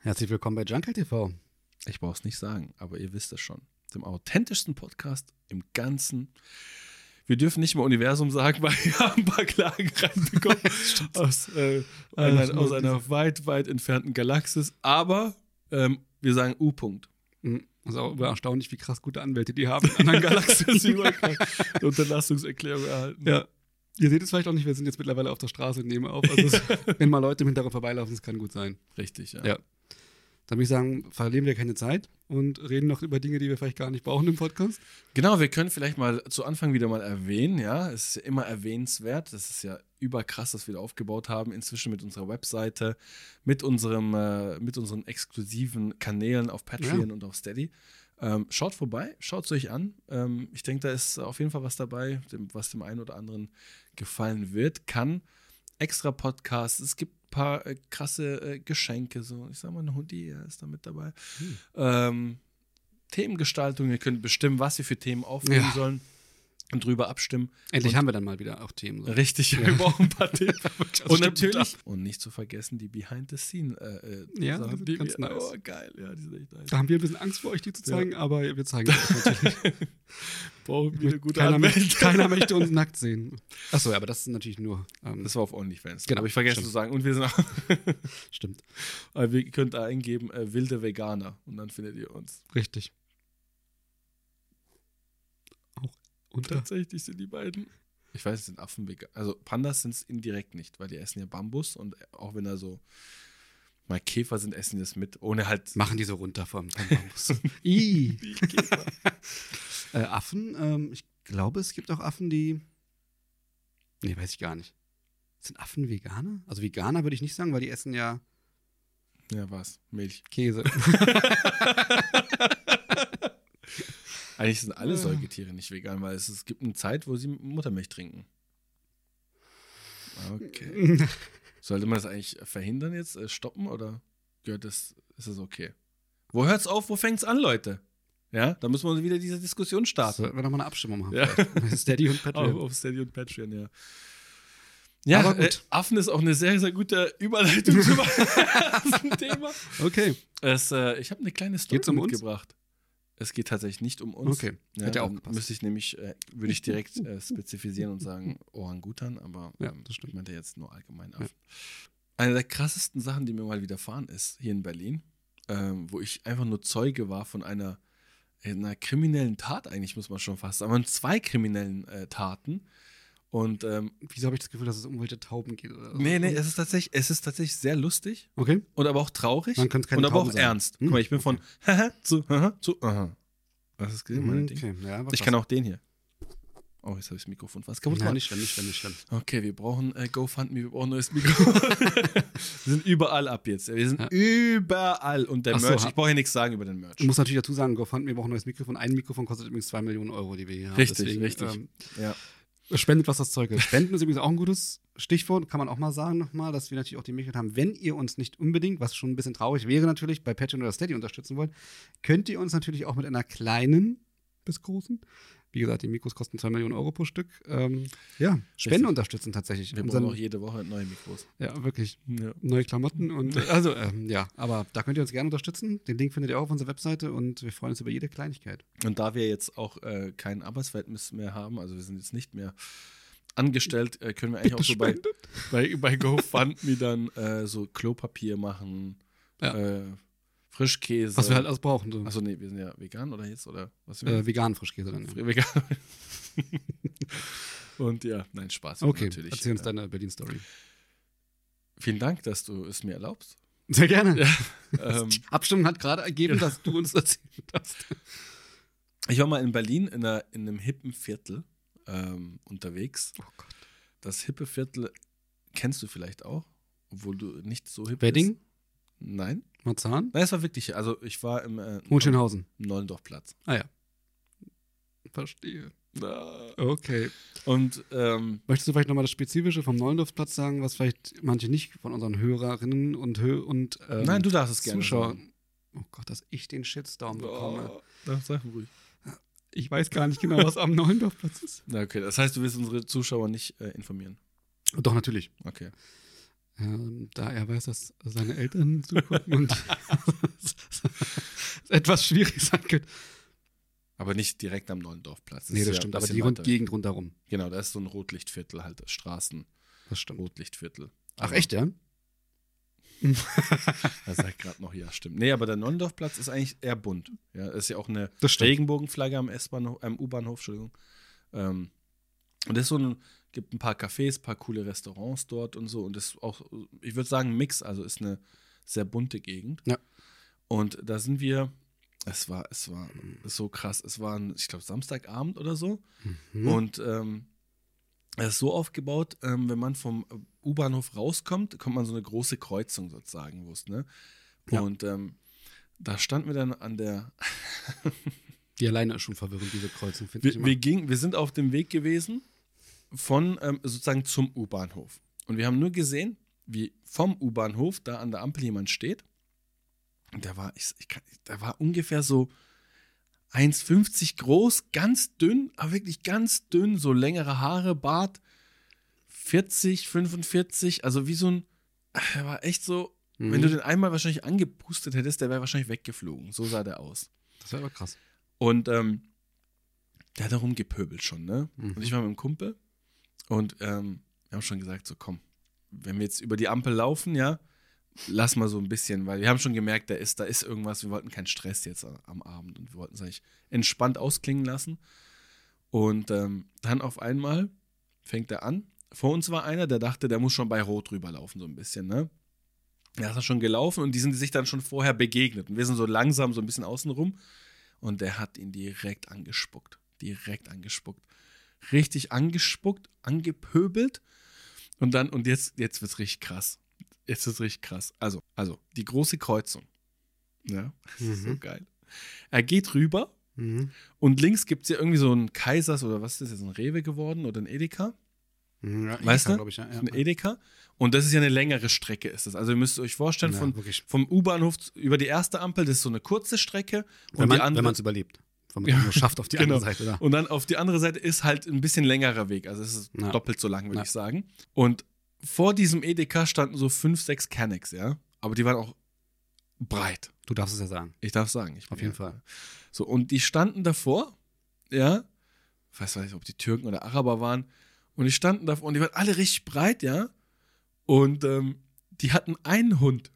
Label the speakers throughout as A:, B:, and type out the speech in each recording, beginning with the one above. A: Herzlich willkommen bei Jungle TV.
B: Ich brauche es nicht sagen, aber ihr wisst es schon. Dem authentischsten Podcast im ganzen. Wir dürfen nicht mal Universum sagen, weil wir haben ein paar Klagen reinbekommen aus, äh, einer, aus einer weit, weit entfernten Galaxis. Aber ähm, wir sagen U-Punkt.
A: Mhm. Also auch über- erstaunlich, wie krass gute Anwälte die haben. In
B: An
A: anderen
B: Galaxis
A: Galaxien.
B: über eine Unterlassungserklärung erhalten.
A: ja. Ihr seht es vielleicht auch nicht, wir sind jetzt mittlerweile auf der Straße und nehmen auf. Also es, wenn mal Leute im Hintergrund vorbeilaufen, das kann gut sein.
B: Richtig, ja.
A: Ja. Dann würde ich sagen, verlieren wir keine Zeit und reden noch über Dinge, die wir vielleicht gar nicht brauchen im Podcast.
B: Genau, wir können vielleicht mal zu Anfang wieder mal erwähnen, ja, es ist ja immer erwähnenswert, das ist ja überkrass, dass wir da aufgebaut haben, inzwischen mit unserer Webseite, mit, unserem, äh, mit unseren exklusiven Kanälen auf Patreon und auf Steady. Ähm, schaut vorbei, schaut es euch an. Ähm, ich denke, da ist auf jeden Fall was dabei, dem, was dem einen oder anderen gefallen wird, kann. Extra Podcasts, es gibt ein paar äh, krasse äh, Geschenke, so ich sag mal, ein Hoodie ja, ist da mit dabei.
A: Hm.
B: Ähm, Themengestaltung. Ihr könnt bestimmen, was wir für Themen aufnehmen
A: Ja.
B: sollen und drüber abstimmen.
A: Endlich
B: Und-
A: haben wir dann mal wieder auch Themen. So.
B: Richtig, wir brauchen ein paar Themen.
A: stimmt,
B: und natürlich. Und nicht zu vergessen, die Behind-the-Scene. Äh, äh,
A: Ja,
B: Sachen,
A: die sind
B: die
A: ganz
B: wir,
A: nice.
B: Oh, geil. Ja, die sind echt nice.
A: Da haben wir ein bisschen Angst vor euch, die zu zeigen, aber wir zeigen es natürlich.
B: brauchen wir eine gute
A: keiner, möchte,
B: Anwälte.
A: keiner möchte uns nackt sehen. Achso, aber das ist natürlich nur. Ähm, das
B: Das war auf OnlyFans.
A: Genau,
B: Genau, habe ich vergessen
A: stimmt.
B: zu sagen. Und wir sind
A: stimmt.
B: auch, ihr könnt da eingeben, äh, wilde Veganer. Und dann findet ihr uns.
A: Richtig. Auch unter.
B: Tatsächlich sind die beiden. Ich weiß, es sind Affen vegan. Also Pandas sind es indirekt nicht, weil die essen ja Bambus und auch wenn da so mal Käfer sind, essen die es mit, ohne halt
A: Machen die so runter vom Bambus. Ih. äh, Affen, ähm, ich glaube, es gibt auch Affen, die. Nee, weiß ich gar nicht. Sind Affen Veganer? Also Veganer würde ich nicht sagen, weil die essen ja
B: Ja, was? Milch.
A: Käse.
B: Eigentlich sind alle
A: Ja.
B: Säugetiere nicht vegan, weil es, es gibt eine Zeit, wo sie Muttermilch trinken. Okay. Sollte man das eigentlich verhindern jetzt? äh, Stoppen oder gehört das, ist das okay? Wo hört's auf, wo fängt's an, Leute? Ja, da müssen wir wieder diese Diskussion starten.
A: Sollten wir nochmal eine Abstimmung machen.
B: Ja. Oh,
A: vielleicht. Steady und
B: Auf,
A: Patrick.
B: auf Steady und Patreon, ja. Ja,
A: Aber
B: äh,
A: gut.
B: Affen ist auch eine sehr, sehr gute Überleitung zum ersten Thema.
A: Okay.
B: Es, äh, ich habe eine kleine Story
A: Geht's um uns?
B: mitgebracht. Es geht tatsächlich nicht um uns.
A: Okay.
B: Ja,
A: Hätte ja auch
B: dann
A: gepasst.
B: Müsste ich nämlich, äh, würde ich direkt äh, spezifizieren und sagen Orangutan, aber
A: Ja,
B: ähm,
A: das stimmt.
B: ich meinte jetzt nur allgemein Affen. Eine der krassesten Sachen, die mir mal widerfahren ist, hier in Berlin, ähm, wo ich einfach nur Zeuge war von einer, einer kriminellen Tat, eigentlich muss man schon fast sagen, aber zwei kriminellen äh, Taten. Und ähm,
A: Wieso habe ich das Gefühl, dass es um welche Tauben geht? Oder so?
B: nee, nee, es ist tatsächlich, es ist tatsächlich sehr lustig
A: Okay.
B: und aber auch traurig
A: Dann können's keine
B: und aber
A: Tauben
B: auch
A: sein.
B: ernst.
A: Hm,
B: Guck mal, ich bin von zu zu Was ist gesehen, meine
A: Mhm,
B: Dinge?
A: okay. Ja, war
B: Ich
A: krass.
B: kann auch den hier. Oh, jetzt habe ich das Mikrofon fast kaputt
A: Ja,
B: gemacht.
A: nicht schlimm, nicht schlimm, nicht schlimm.
B: Okay, wir brauchen äh, GoFundMe, wir brauchen ein neues Mikrofon. wir sind überall ab jetzt. Wir sind
A: Ja.
B: überall. Und der
A: Ach so,
B: Merch,
A: ha-
B: ich brauche hier nichts sagen über den Merch.
A: Ich muss natürlich dazu sagen, GoFundMe braucht ein neues Mikrofon. Ein Mikrofon kostet übrigens 2 Millionen Euro, die wir hier haben. ähm,
B: Richtig, richtig. Ja.
A: spendet, was das Zeug ist. Spenden ist übrigens auch ein gutes Stichwort, kann man auch mal sagen nochmal, dass wir natürlich auch die Möglichkeit haben, wenn ihr uns nicht unbedingt, was schon ein bisschen traurig wäre natürlich, bei Patreon oder Steady unterstützen wollt, könnt ihr uns natürlich auch mit einer kleinen bis großen, wie gesagt, die Mikros kosten 2 Millionen Euro pro Stück, ähm, ja, Spenden
B: Richtig.
A: unterstützen tatsächlich.
B: Wir
A: Unseren-
B: brauchen auch jede Woche neue Mikros.
A: ja, wirklich
B: Ja.
A: neue Klamotten und also ähm, ja, aber da könnt ihr uns gerne unterstützen. Den Link findet ihr auch auf unserer Webseite und wir freuen uns über jede Kleinigkeit.
B: Und da wir jetzt auch äh, kein Arbeitsverhältnis mehr haben, also wir sind jetzt nicht mehr angestellt, äh, können wir eigentlich auch so bei, bei, bei GoFundMe dann äh, so Klopapier machen,
A: Ja.
B: äh, Frischkäse.
A: Was wir halt alles brauchen, so
B: Achso, nee, wir sind ja vegan oder jetzt? Oder was sind wir?
A: äh, veganen Frischkäse dann. Ja.
B: Fre- vegan. Und ja, nein, Spaß.
A: Okay,
B: natürlich.
A: erzähl uns
B: Äh,
A: deine Berlin-Story.
B: Vielen Dank, dass du es mir erlaubst.
A: Sehr gerne.
B: ähm,
A: Die Abstimmung hat gerade ergeben, dass du uns erzählt hast.
B: ich war mal in Berlin in, einer, in einem hippen Viertel ähm, unterwegs.
A: Oh Gott.
B: Das hippe Viertel kennst du vielleicht auch, obwohl du nicht so hip bist.
A: Wedding,
B: Nein.
A: Marzahn,
B: Nein, es war wirklich, also ich war im äh,
A: Hohenschönhausen.
B: Neulendorfplatz.
A: Ah ja. Verstehe. Okay.
B: Und ähm,
A: Möchtest du vielleicht nochmal das Spezifische vom Neulendorfplatz sagen, was vielleicht manche nicht von unseren Hörerinnen und, Hö und ähm,
B: nein, du darfst es gerne.
A: Zuschauer.
B: sagen.
A: Oh Gott, dass ich den Shitstorm bekomme.
B: Oh, dann sag ruhig.
A: Ich weiß gar nicht genau, was am Neulendorfplatz ist.
B: Na, okay, das heißt, du willst unsere Zuschauer nicht äh, informieren.
A: Doch, natürlich.
B: Okay.
A: Ähm, da er weiß, dass seine Eltern zugucken und es etwas schwierig sein könnte.
B: Aber nicht direkt am neuen Dorfplatz.
A: Nee,
B: ist ja
A: das
B: ein
A: stimmt, aber
B: bisschen
A: die Rund
B: weiter.
A: Gegend rundherum.
B: Genau, da ist so ein Rotlichtviertel halt, das Straßenrotlichtviertel.
A: Das stimmt. Ach, echt, ja?
B: Da sagt gerade noch, ja, stimmt. Nee, aber der Nonnendorfplatz ist eigentlich eher bunt. Ja, ist ja auch eine
A: Das stimmt.
B: Regenbogenflagge am S-Bahnhof, am U-Bahnhof, Entschuldigung. Ähm, und das ist so ein, gibt ein paar Cafés, paar coole Restaurants dort und so. Und das ist auch, ich würde sagen, ein Mix, also ist eine sehr bunte Gegend.
A: Ja.
B: Und da sind wir, es war, es war so krass, es war, ein, ich glaube, Samstagabend oder so.
A: Mhm.
B: Und ähm, er ist so aufgebaut, ähm, wenn man vom U-Bahnhof rauskommt, kommt man so eine große Kreuzung sozusagen, wo es, ne?
A: Ja.
B: Und ähm, da standen wir dann an der,
A: Die alleine ist schon verwirrend, diese Kreuzung, finde ich
B: wir,
A: immer.
B: wir, gingen, wir sind auf dem Weg gewesen von ähm, sozusagen zum U-Bahnhof. Und wir haben nur gesehen, wie vom U-Bahnhof da an der Ampel jemand steht. Und der war, ich, ich kann, der war ungefähr so 1,50 groß, ganz dünn, aber wirklich ganz dünn, so längere Haare, Bart, 40, 45, also wie so ein, er war echt so,
A: Mhm.
B: wenn du den einmal wahrscheinlich angepustet hättest, der wäre wahrscheinlich weggeflogen. So sah der aus.
A: das wäre aber krass.
B: Und ähm, der hat da rumgepöbelt schon, ne?
A: Mhm.
B: Und ich war mit einem Kumpel und ähm, wir haben schon gesagt, so komm, wenn wir jetzt über die Ampel laufen, ja, lass mal so ein bisschen, weil wir haben schon gemerkt, da ist, da ist irgendwas, wir wollten keinen Stress jetzt a- am Abend und wir wollten es eigentlich entspannt ausklingen lassen. Und ähm, dann auf einmal fängt er an. Vor uns war einer, der dachte, der muss schon bei Rot rüberlaufen, so ein bisschen, ne? Er ist dann schon gelaufen und die sind sich dann schon vorher begegnet. Und wir sind so langsam so ein bisschen außenrum. Und der hat ihn direkt angespuckt. Direkt angespuckt. Richtig angespuckt, angepöbelt. Und dann, und jetzt, jetzt wird's richtig krass. Jetzt wird's richtig krass. Also, also, die große Kreuzung. Ja, das ist so
A: Mhm.
B: geil. Er geht rüber
A: Mhm.
B: und links gibt es ja irgendwie so einen Kaisers oder was ist das jetzt, ein Rewe geworden oder ein Edeka?
A: Mhm. Ja,
B: Weißt du?
A: glaube ich, ja. ja.
B: Ein Edeka. Und das ist ja eine längere Strecke, ist das. Also ihr müsst euch vorstellen,
A: Ja,
B: von,
A: wirklich.
B: vom U-Bahnhof zu- über die erste Ampel, das ist so eine kurze Strecke.
A: Wenn
B: Und, die
A: man
B: andere,
A: wenn man es überlebt. Wenn man es nur schafft auf die
B: Genau.
A: andere Seite. Da.
B: und dann auf die andere Seite ist halt ein bisschen längerer Weg. Also es ist
A: Ja.
B: doppelt so lang, würde
A: Ja.
B: ich sagen. Und vor diesem Edeka standen so fünf, sechs Canex, ja. Aber die waren auch breit.
A: Du darfst es ja sagen.
B: Ich darf sagen. Ich bin
A: Auf jeden
B: ja-
A: Fall.
B: So, und die standen davor, ja, ich weiß nicht, ob die Türken oder Araber waren, und die standen davor und die waren alle richtig breit, ja, und ähm, die hatten einen Hund.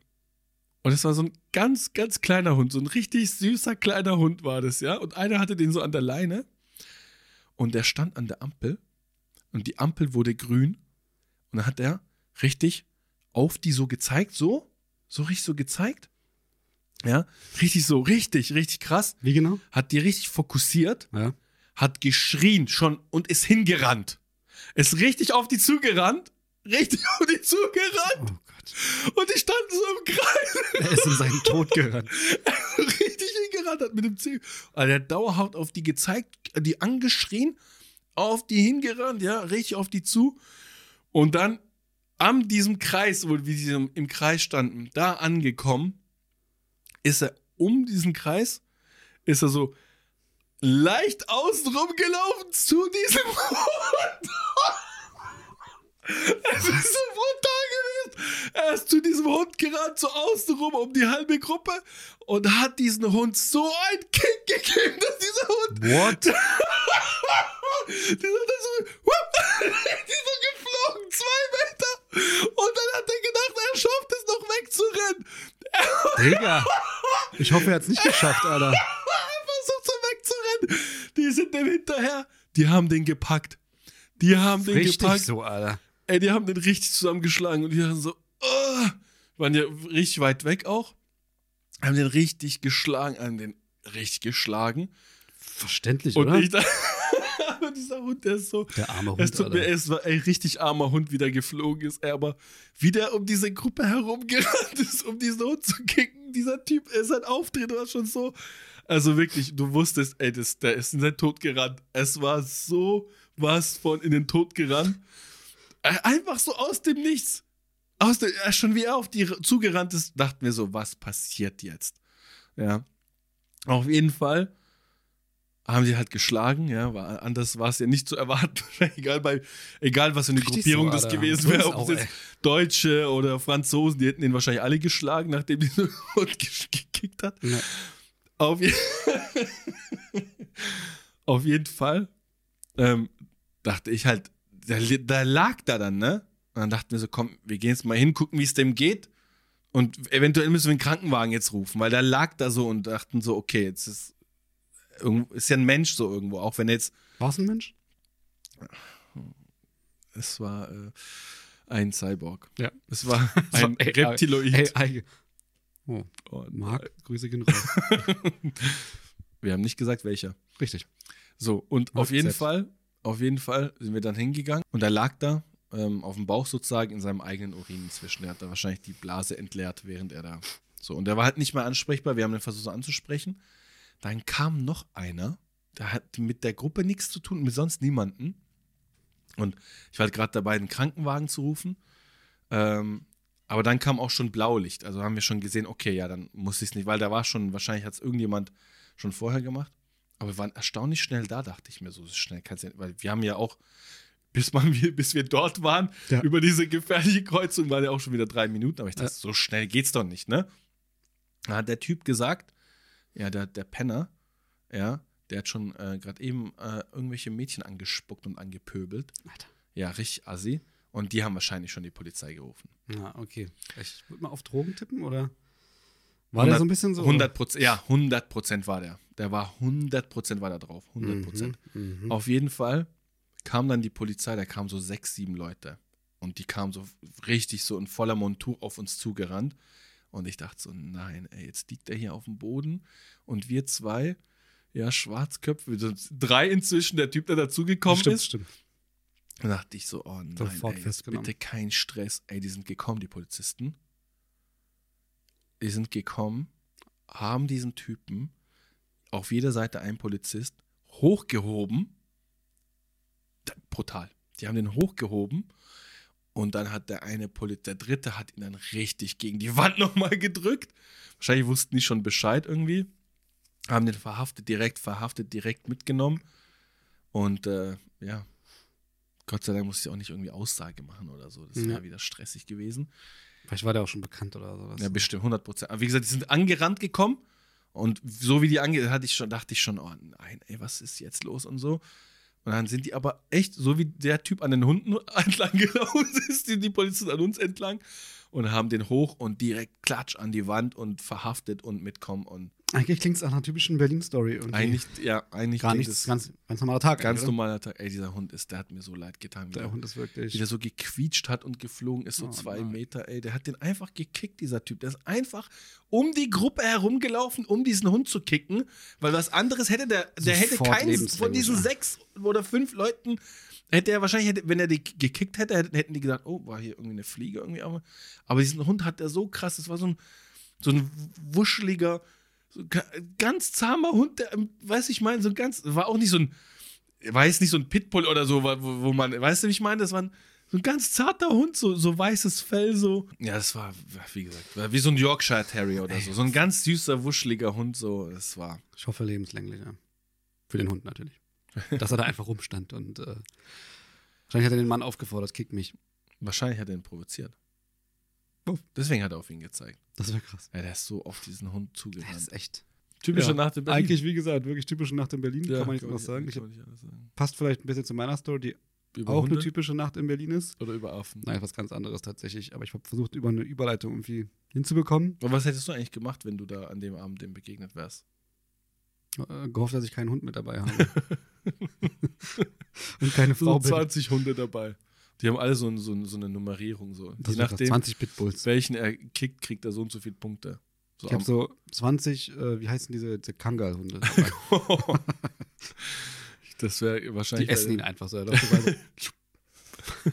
B: Und es war so ein ganz, ganz kleiner Hund, so ein richtig süßer kleiner Hund war das, ja, und einer hatte den so an der Leine und der stand an der Ampel und die Ampel wurde grün und dann hat er richtig auf die so gezeigt, so, so richtig so gezeigt, ja, richtig so, richtig, richtig krass
A: Wie genau?
B: hat die richtig fokussiert,
A: Ja.
B: hat geschrien schon und ist hingerannt. Ist richtig auf die zugerannt, richtig auf die zugerannt
A: Oh Gott.
B: und die standen so im Kreis,
A: Er ist in seinen Tod gerannt.
B: richtig hingerannt hat mit dem Ziel. Also der hat dauerhaft auf die gezeigt, die angeschrien, auf die hingerannt, ja, richtig auf die zu und dann an diesem Kreis, wo wir diesem, im Kreis standen, da angekommen, ist er um diesen Kreis, ist er so leicht außen rumgelaufen zu diesem Hund. Es ist sofort da gewesen. Er ist zu diesem Hund gerannt, so außen rum um die halbe Gruppe und hat diesen Hund so einen Kick gegeben, dass dieser Hund,
A: What?
B: dieser Hund ist so, die so geflogen, zwei Meter. Und dann hat er gedacht, er schafft es noch wegzurennen.
A: Digga. Ich hoffe, er hat es nicht geschafft, Alter.
B: versucht so wegzurennen. Die sind dem hinterher. Die haben den gepackt. Die haben den
A: Richtig
B: gepackt.
A: so, Alter.
B: Ey, die haben den richtig zusammengeschlagen und die waren so, oh, waren ja richtig weit weg auch. Haben den richtig geschlagen, haben den richtig geschlagen.
A: Verständlich,
B: Und
A: oder?
B: ich dachte, aber dieser Hund, der ist so,
A: der arme Hund,
B: es tut mir,
A: Alter.
B: es war ein richtig armer Hund, wie der geflogen ist, ey, aber wie der um diese Gruppe herumgerannt ist, um diesen Hund zu kicken. Dieser Typ, ey, sein Auftritt war schon so. Also wirklich, du wusstest, ey, das, der ist in den Tod gerannt. Es war so was von in den Tod gerannt. Ey, Einfach so aus dem Nichts. Aus dem, ja, schon wie er auf die r- zugerannt ist, dachten wir so, was passiert jetzt? Ja. Auf jeden Fall haben sie halt geschlagen, ja, war, anders war es ja nicht zu erwarten, egal bei, egal was für eine
C: Richtig
B: Gruppierung
C: so,
B: das
C: Alter.
B: gewesen wäre,
C: Tut's
B: ob
C: auch,
B: es jetzt
C: ey.
B: Deutsche oder Franzosen, die hätten den wahrscheinlich alle geschlagen, nachdem die so gut ge- gekickt hat.
A: Ja.
B: Auf, je Auf jeden Fall ähm, dachte ich halt, da, li- da lag da dann, ne? Und dann dachten wir so, komm, wir gehen jetzt mal hin, gucken, wie es dem geht. Und eventuell müssen wir einen Krankenwagen jetzt rufen, weil da lag da so und dachten so, okay, jetzt ist, irgendwo- ist ja ein Mensch so irgendwo, auch wenn er jetzt,
A: War es ein Mensch?
B: es war äh, ein Cyborg.
A: Ja.
B: Es war ein
A: Ey,
B: Reptiloid.
A: Ey, ey,
B: Und
A: Oh. Marc, Grüße gehen raus.
B: wir haben nicht gesagt, welcher.
A: Richtig.
B: So, und
A: Macht
B: auf jeden
A: selbst.
B: Fall, auf jeden Fall sind wir dann hingegangen und er lag da ähm, auf dem Bauch sozusagen in seinem eigenen Urin inzwischen. Er hat da wahrscheinlich die Blase entleert, während er da. So, und er war halt nicht mehr ansprechbar. Wir haben den versucht so anzusprechen. Dann kam noch einer, der hat mit der Gruppe nichts zu tun, mit sonst niemanden. Und ich war halt gerade dabei, einen Krankenwagen zu rufen. Ähm, aber dann kam auch schon Blaulicht. Also haben wir schon gesehen, okay, ja, dann muss ich es nicht, weil da war schon, wahrscheinlich hat es irgendjemand schon vorher gemacht. Aber wir waren erstaunlich schnell da, dachte ich mir so, so schnell kann's ja, weil wir haben ja auch, bis, man, bis wir dort waren,
A: Ja.
B: über diese gefährliche Kreuzung waren ja auch schon wieder drei Minuten. Aber ich dachte, so schnell geht's doch nicht, ne? Da hat der Typ gesagt, ja, der, der Penner, ja, der hat schon äh, gerade eben äh, irgendwelche Mädchen angespuckt und angepöbelt.
A: Alter.
B: Ja, richtig assi. Und die haben wahrscheinlich schon die Polizei gerufen.
A: Ja, okay. Ich würde mal auf Drogen tippen oder? War der so ein bisschen so?
B: 100 Prozent, ja, 100 Prozent war der. Der war 100 Prozent war da drauf. 100 Prozent.
A: Mhm, mhm.
B: Auf jeden Fall kam dann die Polizei, da kamen so sechs, sieben Leute. Und die kamen so richtig so in voller Montur auf uns zugerannt. Und ich dachte so, nein, ey, jetzt liegt er hier auf dem Boden. Und wir zwei, ja, Schwarzköpfe, wir sind drei inzwischen, der Typ, der dazugekommen
A: stimmt,
B: ist.
A: stimmt.
B: Da dachte ich so, oh nein,
A: Sofort
B: ey, jetzt
A: festgenommen.
B: bitte kein Stress. Ey, die sind gekommen, die Polizisten. Die sind gekommen, haben diesen Typen auf jeder Seite einen Polizist hochgehoben. Da- Brutal. Die haben den hochgehoben und dann hat der eine Polizist, der dritte hat ihn dann richtig gegen die Wand nochmal gedrückt. Wahrscheinlich wussten die schon Bescheid irgendwie. Haben den verhaftet, direkt verhaftet, direkt mitgenommen. Und äh, ja, Gott sei Dank musste ich auch nicht irgendwie Aussage machen oder so. Das
A: Ja.
B: wäre wieder stressig gewesen.
A: Vielleicht war der auch schon bekannt oder sowas.
B: Ja, bestimmt, 100 Prozent. Aber wie gesagt, die sind angerannt gekommen und so wie die ange hatte ich schon, dachte ich schon, oh nein, ey, was ist jetzt los und so. Und dann sind die aber echt, so wie der Typ an den Hunden entlang gelaufen ist, sind die Polizisten an uns entlang und haben den hoch und direkt klatsch an die Wand und verhaftet und mitkommen und
A: Eigentlich klingt es nach einer typischen Berlin-Story irgendwie.
B: eigentlich, ja, eigentlich
A: gar
B: klingt
A: nichts.
B: es
A: Ganz, ganz normaler Tag.
B: ganz
A: eigentlich,
B: normaler Tag. Ey, dieser Hund ist, der hat mir so leid getan. wie
A: oder?
B: der
A: Der Hund ist
B: wie
A: wirklich.
B: der so gequietscht hat und geflogen ist, so
A: Oh
B: zwei
A: nein.
B: Meter, ey. Der hat den einfach gekickt, dieser Typ. Der ist einfach um die Gruppe herumgelaufen, um diesen Hund zu kicken, weil was anderes hätte der, der hätte
A: Sofort
B: keinen von
A: lebenslänglich,
B: diesen
A: ja.
B: sechs oder fünf Leuten, hätte er wahrscheinlich, hätte, wenn er die gekickt hätte, hätten hätten die gedacht, oh, war hier irgendwie eine Fliege irgendwie. Aber, aber diesen Hund hat er so krass, das war so ein, so ein wuscheliger, so ein ga- ganz zahmer Hund, der, ähm, weiß ich meine, so ein ganz, war auch nicht so ein, weiß nicht, so ein Pitbull oder so, wa- wo, wo man, weißt du, wie ich meine, das war ein, so ein ganz zarter Hund, so, so weißes Fell, so. Ja, das war, wie gesagt, war wie so ein Yorkshire Terrier oder so. So ein ganz süßer, wuscheliger Hund, so, das war.
A: Ich hoffe, lebenslänglich, ja. Für den Hund natürlich. Dass er da einfach rumstand und. Äh, wahrscheinlich hat er den Mann aufgefordert, kick mich.
B: Wahrscheinlich hat er ihn provoziert.
A: Oh.
B: Deswegen hat er auf ihn gezeigt.
A: Das wäre krass.
B: Ja, der ist so auf diesen Hund
A: Das
B: zugerannt.
A: ist echt.
B: Typischer
A: Ja,
B: nach dem
A: Eigentlich, wie gesagt, wirklich typische Nacht in Berlin,
B: Ja, genau.
A: kann man nichts anderes
B: ich-
A: sagen. Ich,
B: kann ich alles sagen.
A: passt vielleicht ein bisschen zu meiner Story, die
B: Über
A: auch
B: Hunde
A: eine typische Nacht in Berlin ist.
B: oder über Affen.
A: Nein, was ganz anderes tatsächlich. Aber ich habe versucht, über eine Überleitung irgendwie hinzubekommen.
B: Und was hättest du eigentlich gemacht, wenn du da an dem Abend dem begegnet wärst?
A: Äh, gehofft, dass ich keinen Hund mit dabei habe. Und keine Frau bin.
B: Hunde dabei. Die haben alle so, ein, so, ein, so eine Nummerierung. So.
A: Das
B: Je
A: wär krass,
B: nachdem,
A: 20 Pitbulls.
B: welchen er kickt, kriegt er so und so viele Punkte. So
A: Ich habe
B: am-
A: so 20, äh, wie heißen diese, diese Kangal-Hunde?
B: das wäre wahrscheinlich.
A: Die essen ihn einfach so. Er läuft vorbei so.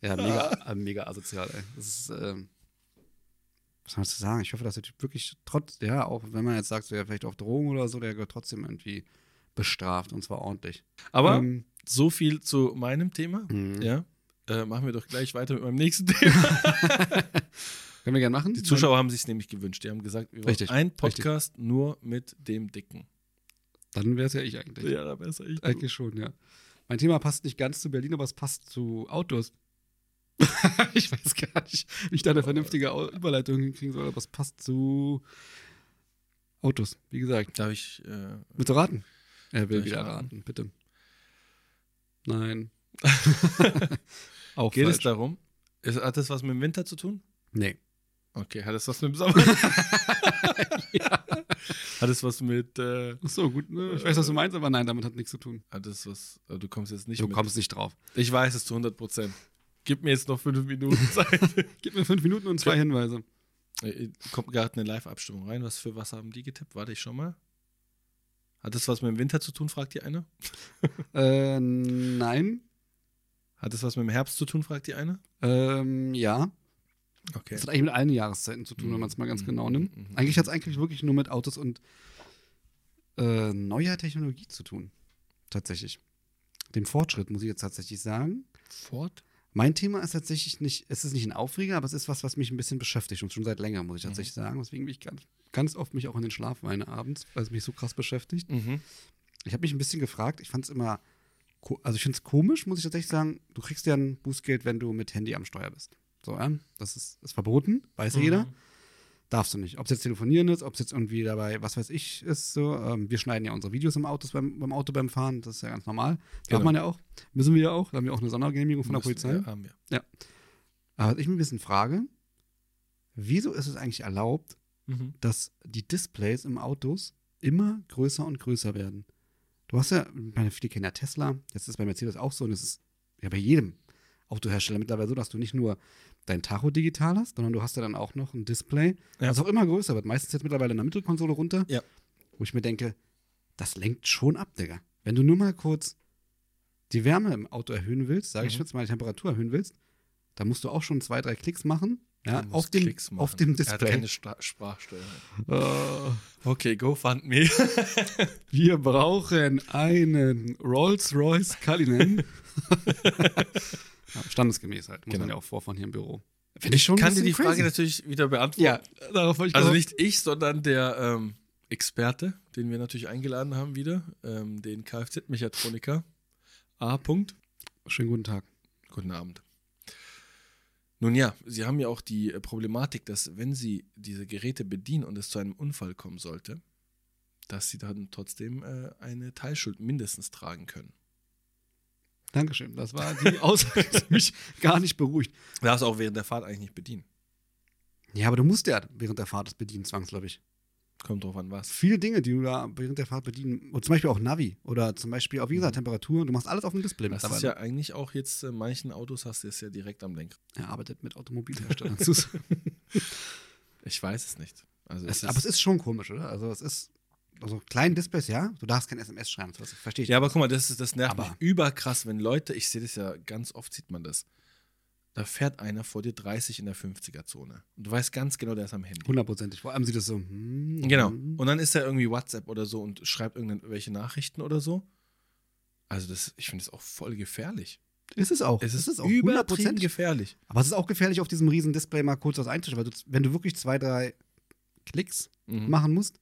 A: ja, mega,
B: Ah.
A: äh, mega asozial, ey. Das ist, ähm, was soll man zu sagen? Ich hoffe, dass der Typ wirklich trotz, ja, auch wenn man jetzt sagt, so, ja, vielleicht auf Drogen oder so, der gehört trotzdem irgendwie bestraft und zwar ordentlich.
B: Aber
A: ähm,
B: so viel zu meinem Thema.
A: mh,
B: Ja. Äh, machen wir doch gleich weiter mit meinem nächsten Thema.
A: Können wir gerne machen.
B: Die Zuschauer haben sich nämlich gewünscht. Die haben gesagt, wir wollen
A: Richtig,
B: einen Podcast nur mit dem Dicken.
A: Dann wäre es ja ich eigentlich.
B: Ja, da wär's echt. gut.
A: Eigentlich schon, ja. Mein Thema passt nicht ganz zu Berlin, aber es passt zu Autos. ich weiß gar nicht, wie ich da eine vernünftige Au- Überleitung hinkriegen soll, aber es passt zu Autos, wie gesagt.
B: Darf ich. Äh,
A: Willst du raten? Er will
B: Darf ich
A: wieder
B: raten?
A: raten, bitte. Nein. Auch
B: geht es
A: falsch.
B: darum? Ist, hat das was mit dem Winter zu tun?
A: Nee.
B: Okay, hat das was mit dem Sommer? ja. Hat das was mit. Äh,
A: Ach so, gut. Ne? Ich weiß, was du meinst, aber nein, damit hat nichts zu tun.
B: hat das was. äh, Du kommst jetzt nicht
A: Du
B: mit.
A: kommst nicht drauf.
B: Ich weiß es zu 100 Prozent. Gib mir jetzt noch fünf Minuten Zeit.
A: Gib mir fünf Minuten und zwei Hinweise.
B: Äh, Kommt gerade eine Live-Abstimmung rein. Was für was haben die getippt? Warte ich schon mal. Hat das was mit dem Winter zu tun, fragt die eine.
A: Äh, nein.
B: Hat das was mit dem Herbst zu tun, fragt die eine.
A: Ähm, ja.
B: Okay.
A: Das hat eigentlich mit allen Jahreszeiten zu tun, wenn man es mal ganz genau nimmt.
B: Mhm.
A: Eigentlich hat es eigentlich wirklich nur mit Autos und äh, neuer Technologie zu tun. Tatsächlich. Dem Fortschritt, muss ich jetzt tatsächlich sagen.
B: Ford?
A: Mein Thema ist tatsächlich nicht, es ist nicht ein Aufreger, aber es ist was, was mich ein bisschen beschäftigt und schon seit länger,
B: Mhm.
A: muss ich tatsächlich sagen. Deswegen bin ich ganz, ganz oft mich auch in den Schlaf weine abends, weil es mich so krass beschäftigt.
B: Mhm.
A: Ich habe mich ein bisschen gefragt, ich fand es immer, ko- also ich finde es komisch, muss ich tatsächlich sagen, du kriegst ja ein Bußgeld, wenn du mit Handy am Steuer bist. So, ja, das ist, ist verboten, weiß
B: Mhm.
A: jeder. Darfst du nicht. Ob es jetzt telefonieren ist, ob es jetzt irgendwie dabei, was weiß ich, ist so. Ähm, wir schneiden ja unsere Videos im, Autos beim, beim Auto beim Fahren, das ist ja ganz normal. Darf
B: Genau.
A: man ja auch. Müssen wir ja auch. Da haben wir auch eine Sondergenehmigung von der
B: Müssen-
A: Polizei.
B: Ja, haben wir.
A: Aber was ich mir ein bisschen frage, wieso ist es eigentlich erlaubt,
B: Mhm.
A: dass die Displays im Autos immer größer und größer werden. Du hast ja, meine viele kennen ja Tesla, jetzt ist es bei Mercedes auch so und es ist ja bei jedem Autohersteller mittlerweile so, dass du nicht nur dein Tacho digital hast, sondern du hast ja dann auch noch ein Display,
B: Ja.
A: das auch immer größer wird. Meistens jetzt mittlerweile in der Mittelkonsole runter,
B: Ja.
A: wo ich mir denke, das lenkt schon ab, Digga. Wenn du nur mal kurz die Wärme im Auto erhöhen willst, sage ich
B: Mhm.
A: jetzt mal, die Temperatur erhöhen willst, dann musst du auch schon zwei, drei Klicks machen, ja,
B: Du musst
A: auf dem,
B: Klicks machen.
A: auf dem
B: Er hat keine
A: Display.
B: Stra- Sprachsteuerung.
A: Oh.
B: Okay, go fund me.
A: Wir brauchen einen Rolls-Royce Cullinan. Ja, Standesgemäß halt, muss
B: Genau.
A: man ja auch vorfahren hier im Büro. Finde ich schon
B: Kann
A: ein
B: dir die
A: bisschen
B: Frage
A: crazy.
B: natürlich wieder beantworten.
A: Ja, darauf wollte ich
B: Also
A: auch-
B: nicht ich, sondern der ähm, Experte, den wir natürlich eingeladen haben wieder, ähm, den Kfz-Mechatroniker. A. Punkt.
A: Schönen guten Tag.
B: Guten Abend. Nun ja, Sie haben ja auch die äh, Problematik, dass wenn Sie diese Geräte bedienen und es zu einem Unfall kommen sollte, dass Sie dann trotzdem äh, eine Teilschuld mindestens tragen können.
A: Dankeschön. Das war die Aussage, die mich gar nicht beruhigt.
B: Du darfst auch während der Fahrt eigentlich nicht bedienen.
A: Ja, aber du musst ja während der Fahrt das bedienen, zwangsläufig.
B: Kommt drauf an, was.
A: Viele Dinge, die du da während der Fahrt bedienen, und zum Beispiel auch Navi oder zum Beispiel auch, wie gesagt, Temperatur, du machst alles auf dem Display.
B: Das ist ja eigentlich auch jetzt, äh, manchen Autos hast du es ja direkt am Lenkrad.
A: er arbeitet mit Automobilherstellern zusammen.
B: Ich weiß es nicht. Also
A: Es, aber es ist schon komisch, oder? Also es ist, also kleinen Displays, ja, du darfst kein SMS schreiben, das verstehe ich.
B: Ja, aber guck mal, das, ist, das nervt
A: Aber-
B: mich überkrass, wenn Leute, ich sehe das ja ganz oft, sieht man das. Da fährt einer vor dir 30 in der 50er-Zone. Und du weißt ganz genau, der ist am Handy.
A: Hundertprozentig. Vor allem sieht das so. hm,
B: Genau.
A: hm.
B: Und dann ist er irgendwie WhatsApp oder so und schreibt irgendwelche Nachrichten oder so. Also das, ich finde es auch voll gefährlich.
A: Ist es auch.
B: Es ist,
A: auch
B: übertrieben
A: hundertprozentig.
B: gefährlich.
A: Aber es ist auch gefährlich, auf diesem riesen Display mal kurz was einzustellen, weil du, wenn du wirklich zwei, drei Klicks
B: Mhm.
A: machen musst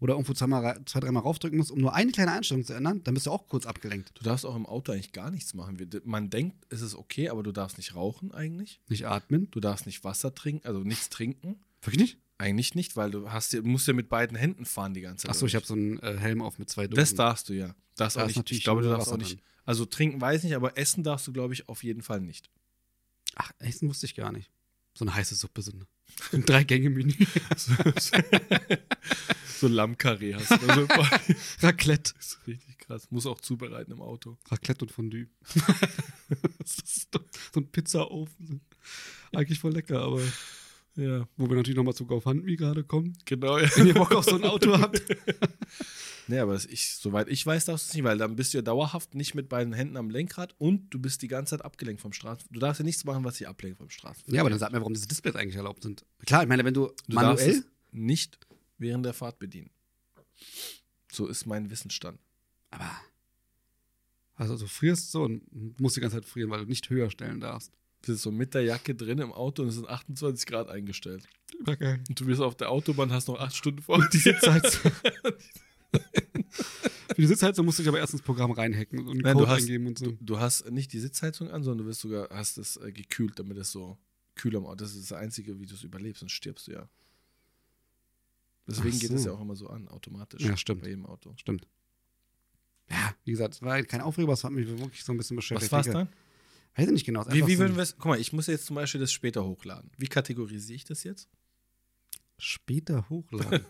A: oder irgendwo zweimal, ra- zwei, dreimal raufdrücken musst, um nur eine kleine Einstellung zu ändern, dann bist du auch kurz abgelenkt.
B: Du darfst auch im Auto eigentlich gar nichts machen. Wir- Man denkt, es ist okay, aber du darfst nicht rauchen eigentlich.
A: Nicht atmen.
B: Du darfst nicht Wasser trinken, also nichts trinken.
A: Wirklich nicht?
B: Eigentlich nicht, weil du hast, dir- musst ja mit beiden Händen fahren die ganze Zeit.
A: Achso, ich
B: oder
A: habe so einen äh, Helm auf mit zwei Dosen.
B: Das darfst du ja. Darfst
A: Da
B: auch
A: ist
B: nicht. Ich
A: natürlich
B: glaube, du
A: nur
B: darfst auch
A: Wasser
B: nicht.
A: drin.
B: Also trinken weiß nicht, aber essen darfst du, glaube ich, auf jeden Fall nicht.
A: Ach, Essen wusste ich gar nicht. So eine heiße Suppe, so eine. Ein Drei-Gänge-Menü.
B: So Lammkarree hast du. Also, boah,
A: Raclette.
B: das ist richtig krass. Muss auch zubereiten im Auto.
A: Raclette und Fondue. das ist doch so ein Pizzaofen. Eigentlich voll lecker, aber
B: Ja,
A: wo wir natürlich nochmal zu GoFundMe gerade kommen.
B: genau. Ja.
A: Wenn ihr Bock auf so ein Auto habt.
B: Nee, aber das- ich, soweit ich weiß, darfst du es nicht, weil dann bist du ja dauerhaft nicht mit beiden Händen am Lenkrad und du bist die ganze Zeit abgelenkt vom Straßen. Du darfst ja nichts machen, was dich ablenkt vom Straßen.
A: Ja, aber dann sag mir, warum diese Displays eigentlich erlaubt sind. Klar, ich meine, wenn du,
B: Du darfst
A: manuell.
B: es nicht während der Fahrt bedienen. So ist mein Wissensstand.
A: Aber. Also, du frierst so und musst die ganze Zeit frieren, weil du nicht höher stellen darfst.
B: Du sitzt so mit der Jacke drin im Auto und es sind 28 Grad eingestellt.
A: Ja, geil.
B: Und du bist auf der Autobahn, hast noch acht Stunden vor
A: Die
B: dir.
A: Sitzheizung. Für die Sitzheizung musste ich aber erst ins Programm reinhacken und einen
B: Nein,
A: Code
B: du hast-
A: eingeben und so.
B: Du, du hast nicht die Sitzheizung an, sondern du wirst sogar, hast es äh, gekühlt, damit es so kühl am Ort ist. Das ist das Einzige, wie du es überlebst, sonst stirbst du ja. Deswegen
A: Ach
B: geht es
A: so.
B: ja auch immer so an, automatisch.
A: Ja, stimmt.
B: Bei jedem Auto.
A: Stimmt. Ja, wie gesagt, es war halt kein Aufreger, aber es hat mich wirklich so ein bisschen beschäftigt.
B: Was war's
A: Ich denke,
B: dann?
A: Weiß ich nicht genau. es ist
B: Wie,
A: einfach
B: wie
A: so ein
B: würden wir es, guck mal, ich muss jetzt zum Beispiel das später hochladen. Wie kategorisiere ich das jetzt?
A: später hochladen?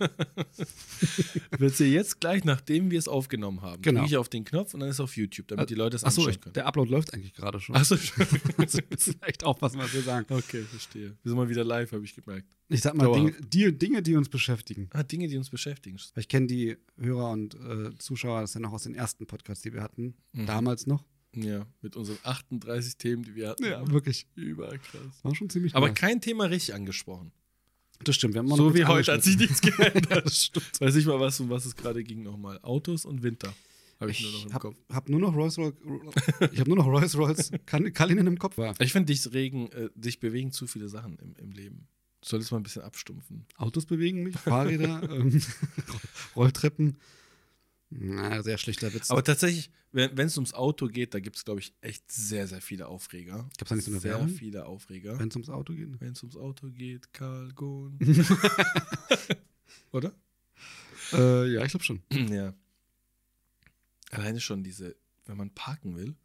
B: Wird sie jetzt gleich, nachdem wir es aufgenommen haben,
A: Genau.
B: drücke ich auf den Knopf und dann ist es auf YouTube, damit die Leute es
A: Achso,
B: anschauen können.
A: der Upload läuft eigentlich gerade schon.
B: Achso,
A: Also wir müssen echt aufpassen, was wir sagen.
B: okay, verstehe. Wir sind mal wieder live, habe ich gemerkt.
A: Ich sag mal, Dinge,
B: Dauerhaft.
A: die, Dinge, die uns beschäftigen.
B: Ah, Dinge, die uns beschäftigen.
A: Weil ich kenne die Hörer und äh, Zuschauer, das ist ja noch aus den ersten Podcasts, die wir hatten.
B: Mhm.
A: Damals noch.
B: Ja, mit unseren 38 Themen, die wir hatten.
A: wirklich.
B: Überkrass.
A: War schon ziemlich
B: Aber
A: nice.
B: kein Thema richtig angesprochen.
A: Das stimmt, wir haben immer noch
B: So
A: kurz
B: wie heute hat sich
A: angeschnitten.
B: nichts geändert. Weiß ich mal, was, um was es gerade ging nochmal. Autos und Winter. Habe ich, nur noch
A: Ich
B: im
A: habe
B: Kopf.
A: hab nur noch Rolls Royce, ich habe nur noch Rolls Royce Kal- Kalinen im Kopf. War.
B: Ich finde, dich, regen, äh, dich bewegen zu viele Sachen im, im Leben. Du solltest mal ein bisschen abstumpfen.
A: Autos bewegen mich, Fahrräder, ähm, Rolltreppen. Na, sehr schlichter Witz.
B: Aber tatsächlich, wenn es ums Auto geht, da gibt es, glaube ich, echt sehr, sehr viele Aufreger.
A: Gab's da nicht so eine
B: Sehr
A: Werbung?
B: viele Aufreger.
A: wenn es ums Auto geht. ne?
B: Wenn es ums Auto geht, Karl Gohn. Oder?
A: Äh, ja, ich glaube schon.
B: Ja. Alleine schon diese, wenn man parken will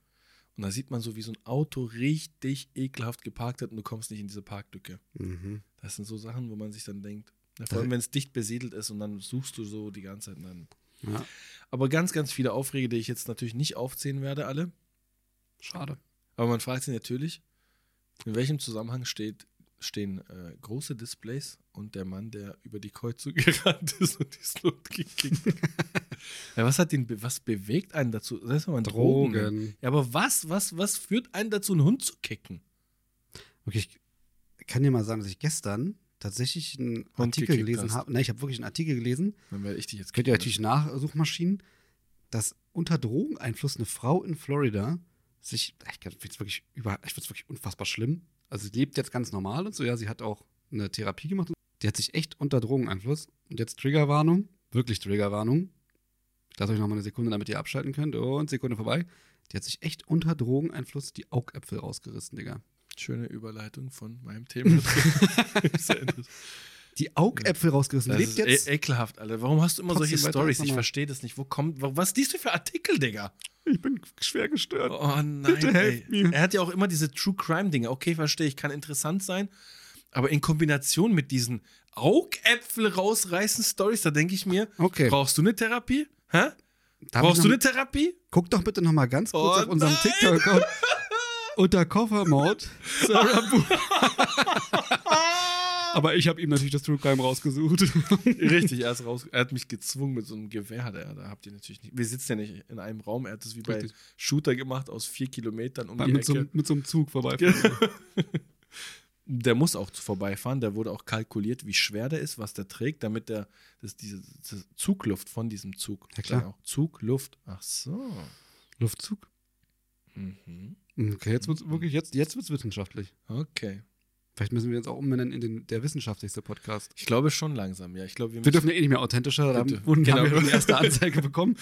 B: und da sieht man so, wie so ein Auto richtig ekelhaft geparkt hat und du kommst nicht in diese Parklücke.
A: Mhm.
B: Das sind so Sachen, wo man sich dann denkt, na, vor allem wenn es dicht besiedelt ist und dann suchst du so die ganze Zeit. und Dann.
A: Ja,
B: Aber ganz, ganz viele Aufreger, die ich jetzt natürlich nicht aufzählen werde, alle.
A: schade.
B: Aber man fragt sich natürlich, in welchem Zusammenhang steht, stehen äh, große Displays und der Mann, der über die Kreuzung gerannt ist und die Slut gekickt hat. ja, was hat ihn, be- was bewegt einen dazu? Lass mal Drogen. Drogen. Ja, aber was, was, was führt einen dazu, einen Hund zu kicken?
A: Okay, ich kann dir mal sagen, dass ich gestern tatsächlich einen Artikel
B: gekickt
A: gelesen
B: hast.
A: habe. Nein, ich habe wirklich einen Artikel gelesen.
B: Dann werde ich dich jetzt
A: Könnt ihr natürlich Nachsuchmaschinen, dass unter Drogeneinfluss eine Frau in Florida sich, ich finde es wirklich, über- ich find's wirklich unfassbar schlimm. Also sie lebt jetzt ganz normal und so, ja, sie hat auch eine Therapie gemacht. Die hat sich echt unter Drogeneinfluss. Und jetzt Triggerwarnung, wirklich Triggerwarnung. Ich lasse euch noch mal eine Sekunde, damit ihr abschalten könnt. Oh, Und Sekunde vorbei. Die hat sich echt unter Drogeneinfluss die Augäpfel rausgerissen, Digga.
B: Schöne Überleitung von meinem Thema. Sehr interessant.
A: Die Augäpfel rausgerissen.
B: das
A: Lebt
B: ist
A: jetzt.
B: e ekelhaft, Alter. Warum hast du immer
A: Trotzdem
B: solche
A: weiter,
B: Stories? Ich
A: nochmal.
B: verstehe das nicht. Wo kommt, wa- was liest du für Artikel, Digga?
A: ich bin schwer gestört.
B: Oh nein,
A: Bitte helft
B: ey.
A: mir.
B: Er hat ja auch immer diese True Crime Dinge. Okay, verstehe ich, kann interessant sein, aber in Kombination mit diesen Augäpfel rausreißen Stories, da denke ich mir,
A: Okay.
B: brauchst du eine Therapie? Hä?
A: Darf ich
B: brauchst
A: noch-
B: du eine Therapie?
A: Guck doch bitte noch mal ganz kurz
B: Oh
A: auf unserem
B: nein!
A: TikTok-Account. Unter Koffermord. Sarah Bu Aber ich habe ihm natürlich das True Crime rausgesucht.
B: Richtig, er ist raus. Er hat mich gezwungen mit so einem Gewehr. hat er- da habt ihr natürlich nicht. Wir sitzen ja nicht in einem Raum. Er hat das wie bei
A: Richtig.
B: Shooter gemacht aus vier Kilometern um die
A: mit, so,
B: Ecke.
A: einem- mit so einem Zug vorbei.
B: Genau. der muss auch vorbeifahren. Da wurde auch kalkuliert, wie schwer der ist, was der trägt, damit der das, diese diese Zugluft von diesem Zug.
A: Ja, klar.
B: Dann Auch Zugluft. Ach so.
A: Luftzug?
B: Mhm.
A: Okay, jetzt wird's wirklich, jetzt, jetzt wird's wissenschaftlich.
B: Okay.
A: Vielleicht müssen wir jetzt auch umbenennen in den, der wissenschaftlichste Podcast.
B: Ich glaube schon langsam. Ja, ich glaube, wir,
A: Wir dürfen ja eh nicht mehr authentischer, da
B: Bitte.
A: wurden,
B: Genau.
A: haben wir schon die erste Anzeige bekommen.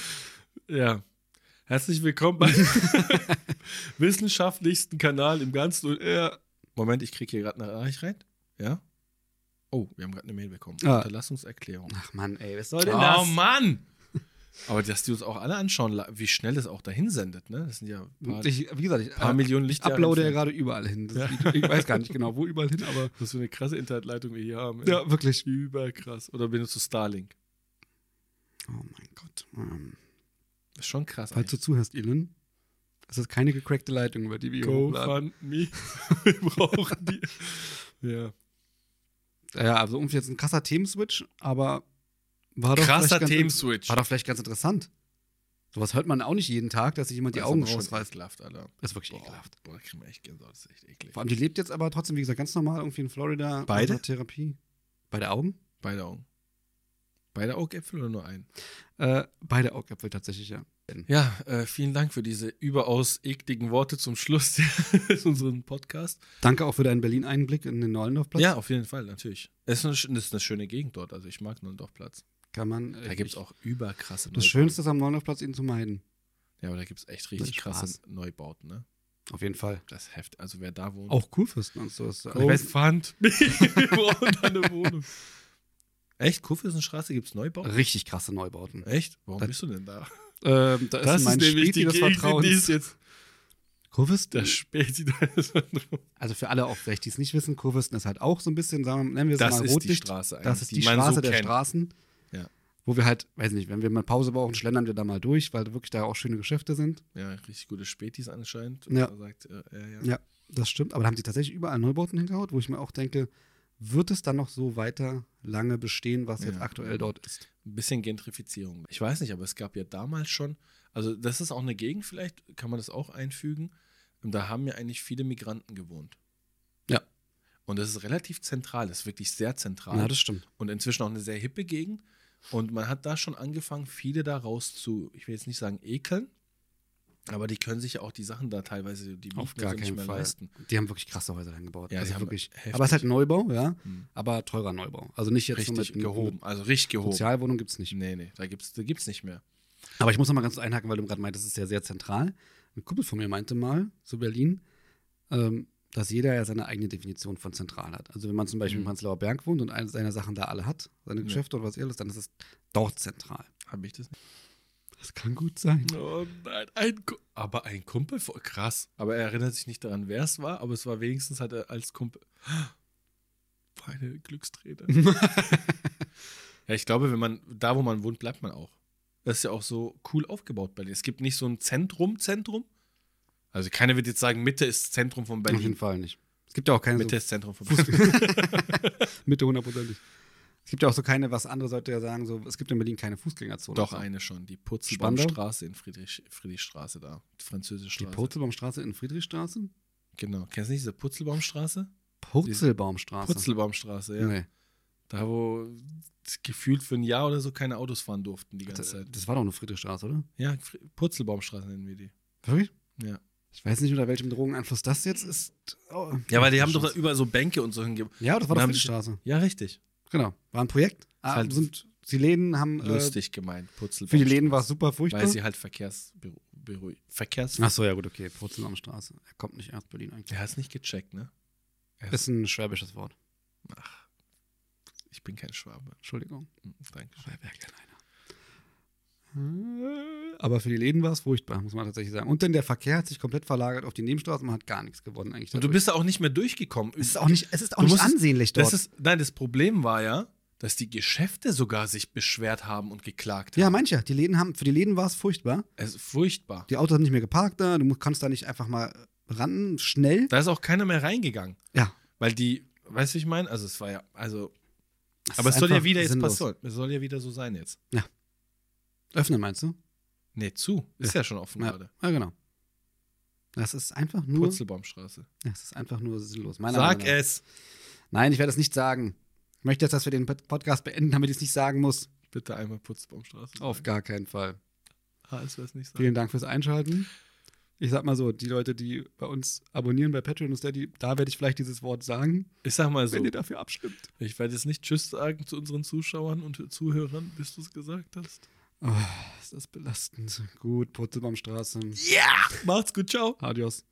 B: Ja. Herzlich willkommen beim wissenschaftlichsten Kanal im ganzen. Ja. Moment, ich kriege hier gerade eine Nachricht rein. Ja. Oh, wir haben gerade eine Mail bekommen.
A: Ah.
B: Unterlassungserklärung.
A: Ach Mann, ey, was soll
B: Oh Mann! Aber dass die uns auch alle anschauen, la- wie schnell das auch dahin sendet, ne? Das sind ja ein paar,
A: Ich, wie gesagt, ich
B: paar
A: äh,
B: Millionen Lichtjahre.
A: uploade ja
B: entfernt.
A: gerade überall hin. Das Video, ich weiß gar nicht genau, wo überall hin, aber
B: Was für eine krasse Internetleitung wir hier haben.
A: ja, wirklich.
B: Überkrass. Oder benutzt du Starlink?
A: Oh mein Gott. Ähm,
B: Das ist schon krass.
A: falls du zuhörst, Elon, es ist keine gecrackte Leitung, über die wir hier hochladen.
B: me. wir brauchen die. Ja.
A: Ja, also irgendwie jetzt ein krasser Themenswitch, aber war doch
B: Krasser
A: vielleicht ganz-
B: Themenswitch.
A: War doch vielleicht ganz interessant. Sowas hört man auch nicht jeden Tag, dass sich jemand die Augen rausreißt.
B: Ekelhaft, Alter.
A: Das ist wirklich
B: Also Boah,
A: ekelhaft.
B: Boah, kriegen wir echt Gänsehaut. Das ist echt eklig.
A: Vor allem, die lebt jetzt aber trotzdem, wie gesagt, ganz normal irgendwie in Florida.
B: Beide?
A: unter Therapie. Beide Augen?
B: Beide Augen. Beide Augäpfel oder nur ein?
A: Äh, beide Augäpfel tatsächlich, ja.
B: Ja, äh, vielen Dank für diese überaus ekligen Worte zum Schluss des unseren Podcast.
A: Danke auch für deinen Berlin-Einblick in den Neulendorfplatz.
B: Ja, auf jeden Fall, natürlich. Es ist eine, sch- das ist eine schöne Gegend dort. Also ich mag Nullendorfplatz.
A: Kann man. äh,
B: Da gibt es auch überkrasse
A: Das Schönste ist am Neulaufplatz, ihn zu meiden.
B: Ja, aber da gibt es echt
A: ist
B: richtig krasse
A: Spaß.
B: Neubauten, ne?
A: Auf jeden Fall.
B: Das ist heftig. Also wer da wohnt.
A: Auch Kurfürsten und sowas. Also Oh, ich weiß,
B: Kurfand. Wir brauchen da eine Wohnung. Echt? Kurfürstenstraße gibt es Neubauten?
A: richtig krasse Neubauten.
B: Echt? Warum
A: Äh, Das-
B: bist du denn da?
A: Ähm, da ist mein Späti des
B: Gegend, die
A: Vertrauens.
B: ist jetzt
A: Kurfürsten?
B: der Späti des Vertrauens.
A: Also für alle auch vielleicht, die es nicht wissen, Kurfürsten ist halt auch so ein bisschen, sagen wir, nennen wir es
B: Das
A: mal
B: ist die
A: Rotlicht.
B: Straße eigentlich,
A: das ist die,
B: man
A: Straße
B: so
A: der
B: kennt.
A: Straßen.
B: Ja.
A: Wo wir halt, weiß nicht, wenn wir mal Pause brauchen, schlendern wir da mal durch, weil wirklich da auch schöne Geschäfte sind.
B: Ja, richtig gute Spätis anscheinend.
A: Ja.
B: Er sagt, äh, ja, ja.
A: Ja. Das stimmt, aber da haben sie tatsächlich überall Neubauten hingehaut, wo ich mir auch denke, wird es dann noch so weiter lange bestehen, was jetzt
B: Ja.
A: aktuell dort ist?
B: Ein bisschen Gentrifizierung. Ich weiß nicht, aber es gab ja damals schon, also das ist auch eine Gegend vielleicht, kann man das auch einfügen. Und da haben ja eigentlich viele Migranten gewohnt.
A: Ja.
B: Und das ist relativ zentral, das ist wirklich sehr zentral.
A: Ja, das stimmt.
B: und inzwischen auch eine sehr hippe Gegend. Und man hat da schon angefangen, viele daraus zu, ich will jetzt nicht sagen ekeln, aber die können sich ja auch die Sachen da teilweise, die
A: Auf
B: Mieten
A: gar
B: und so nicht
A: keinen
B: mehr
A: Fall.
B: leisten.
A: Die haben wirklich krasse Häuser hingebaut.
B: Ja,
A: also
B: die haben
A: wirklich.
B: heftig.
A: Aber es ist halt Neubau, ja,
B: Mhm.
A: aber teurer Neubau. Also nicht jetzt
B: Richtig
A: nur mit
B: gehoben, also richtig
A: Mit
B: gehoben. Mhm.
A: Sozialwohnung gibt es nicht.
B: Nee, nee, da gibt's, da gibt's nicht mehr.
A: Aber ich muss noch mal ganz einhaken, weil du gerade meintest, es ist ja sehr zentral. Ein Kumpel von mir meinte mal zu Berlin, ähm, dass jeder ja seine eigene Definition von zentral hat. Also wenn man zum Beispiel
B: Mhm.
A: im Prenzlauer Berg wohnt und eines seiner Sachen da alle hat, seine
B: Ja.
A: Geschäfte oder was alles, dann ist es dort zentral.
B: Habe ich das nicht?
A: Das kann gut sein.
B: Oh nein, ein Ku- aber ein Kumpel, voll krass. Aber er erinnert sich nicht daran, wer es war, aber es war wenigstens halt er als Kumpel. Meine Glücksträne. ja, ich glaube, wenn man da, wo man wohnt, bleibt man auch. Das ist ja auch so cool aufgebaut, Berlin. Es gibt nicht so ein Zentrum, Zentrum. Also keiner wird jetzt sagen, Mitte ist Zentrum von
A: Auf jeden
B: Berlin.
A: Fall nicht. Es gibt ja auch keine
B: Mitte
A: Mitte,
B: ist Zentrum von
A: so
B: Berlin.
A: Mitte hundertprozentig. Es gibt ja auch so keine, was andere Leute ja sagen, so, es gibt in Berlin keine Fußgängerzone.
B: Doch
A: So.
B: eine schon, die
A: Spandau?
B: Putzenbaumstraße in Friedrich, Friedrichstraße da. Die französische
A: Die
B: Straße.
A: Purzelbaumstraße in Friedrichstraße?
B: Genau. Kennst du nicht diese Putzelbaumstraße?
A: Purzelbaumstraße.
B: Putzelbaumstraße, ja.
A: Nee.
B: Da, wo gefühlt für ein Jahr oder so keine Autos fahren durften die ganze
A: Das,
B: Zeit.
A: Äh, das war doch eine Friedrichstraße, oder?
B: Ja, Fr- Purzelbaumstraße nennen wir die.
A: Wirklich?
B: Ja.
A: Ich weiß nicht, unter welchem Drogeneinfluss das jetzt ist. Oh.
B: Ja, weil die haben doch da überall so Bänke und so hingegeben.
A: Ja, das war doch
B: haben
A: die Straße.
B: Ja, richtig.
A: Genau. War ein Projekt. Ah,
B: halt
A: sind, die Läden haben. Äh,
B: Lustig gemeint, Purzelbaumstraße.
A: für die Läden war es super furchtbar.
B: Weil sie halt Verkehrsberu beru- Verkehrs.
A: Ach so, ja, gut, okay. Purzelbaumstraße. Er kommt nicht aus Berlin eigentlich.
B: Der hat es nicht gecheckt, ne? Ja.
A: Ist ein schwäbisches Wort.
B: Ach, ich bin kein Schwabe.
A: Entschuldigung.
B: Hm, Danke.
A: Aber wer kennt einer? Äh, Aber für die Läden war es furchtbar, muss man tatsächlich sagen. Und denn der Verkehr hat sich komplett verlagert auf die Nebenstraßen. Man hat gar nichts gewonnen eigentlich.
B: Und du bist da auch nicht mehr durchgekommen.
A: es ist auch nicht, es ist auch
B: Du
A: nicht
B: musst es-
A: ansehnlich dort.
B: Das ist, nein, das Problem war ja, dass die Geschäfte sogar sich beschwert haben und geklagt haben.
A: ja, manche. Die Läden haben, für die Läden war es furchtbar.
B: Es ist furchtbar.
A: Die Autos haben nicht mehr geparkt da, du mu- kannst da nicht einfach mal ran, schnell.
B: Da ist auch keiner mehr reingegangen.
A: Ja.
B: Weil die, weißt du, wie ich meine? Also es war ja, also,
A: Das
B: aber
A: ist
B: es soll ja
A: einfach
B: wieder jetzt
A: sinnlos.
B: passieren. Es soll ja wieder so sein jetzt.
A: Öffnen, meinst du?
B: Nee, zu. Ist ja, schon offen
A: Ja,
B: gerade.
A: ja, genau. Das ist einfach nur,
B: Purzelbaumstraße.
A: das ist einfach nur sinnlos. Meiner
B: Sag
A: Meinung nach.
B: es.
A: Nein, ich werde es nicht sagen. Ich möchte jetzt, dass wir den Pod- Podcast beenden, damit ich es nicht sagen muss.
B: Bitte einmal Purzelbaumstraße.
A: Auf gar keinen Fall.
B: Ah, es wär's nicht sagen.
A: Vielen Dank fürs Einschalten. Ich sag mal so, die Leute, die bei uns abonnieren bei Patreon und Steady, da werde ich vielleicht dieses Wort sagen,
B: Ich sag mal so,
A: wenn ihr dafür abstimmt.
B: ich werde jetzt nicht Tschüss sagen zu unseren Zuschauern und Zuhörern, bis du es gesagt hast.
A: Oh, ist das belastend. Gut, Purzelbaumstraße.
B: Macht's gut, ciao.
A: Adios.